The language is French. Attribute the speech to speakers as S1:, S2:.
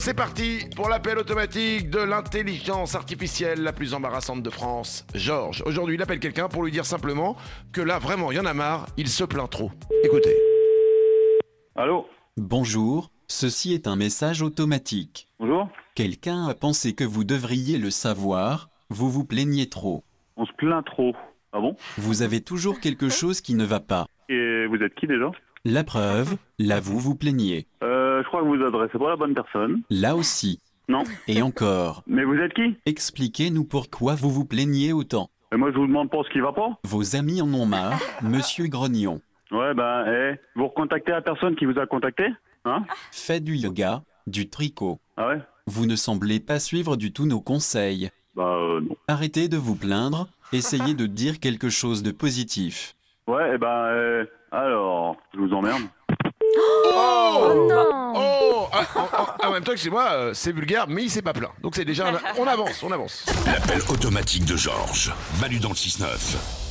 S1: C'est parti pour l'appel automatique de l'intelligence artificielle la plus embarrassante de France, Georges. Aujourd'hui, il appelle quelqu'un pour lui dire simplement que là, vraiment, il y en a marre, il se plaint trop. Écoutez.
S2: Allô
S3: Bonjour, ceci est un message automatique.
S2: Bonjour
S3: Quelqu'un a pensé que vous devriez le savoir, vous vous plaignez trop.
S2: On se plaint trop. Ah bon
S3: Vous avez toujours quelque chose qui ne va pas.
S2: Et vous êtes qui déjà
S3: La preuve, là vous vous plaignez.
S2: euh, Je crois que vous vous adressez pas à la bonne personne.
S3: Là aussi.
S2: Non
S3: Et encore.
S2: Mais vous êtes qui
S3: Expliquez-nous pourquoi vous vous plaignez autant.
S2: Et moi je vous demande pas ce qui va pas.
S3: Vos amis en ont marre, monsieur Grognon.
S2: Ouais ben, eh, vous recontactez la personne qui vous a contacté Hein
S3: Faites du yoga, du tricot.
S2: Ah ouais
S3: Vous ne semblez pas suivre du tout nos conseils.
S2: Bah euh, non.
S3: Arrêtez de vous plaindre, essayez de dire quelque chose de positif.
S2: Ouais, eh ben, eh, alors, je vous emmerde.
S1: Oh
S4: non
S1: Oh Ah, en- en- En même temps, excusez-moi, euh, c'est vulgaire, mais il s'est pas plaint. Donc c'est déjà... un- On avance, on avance.
S5: L'appel automatique de Georges. Manu dans le 6-9.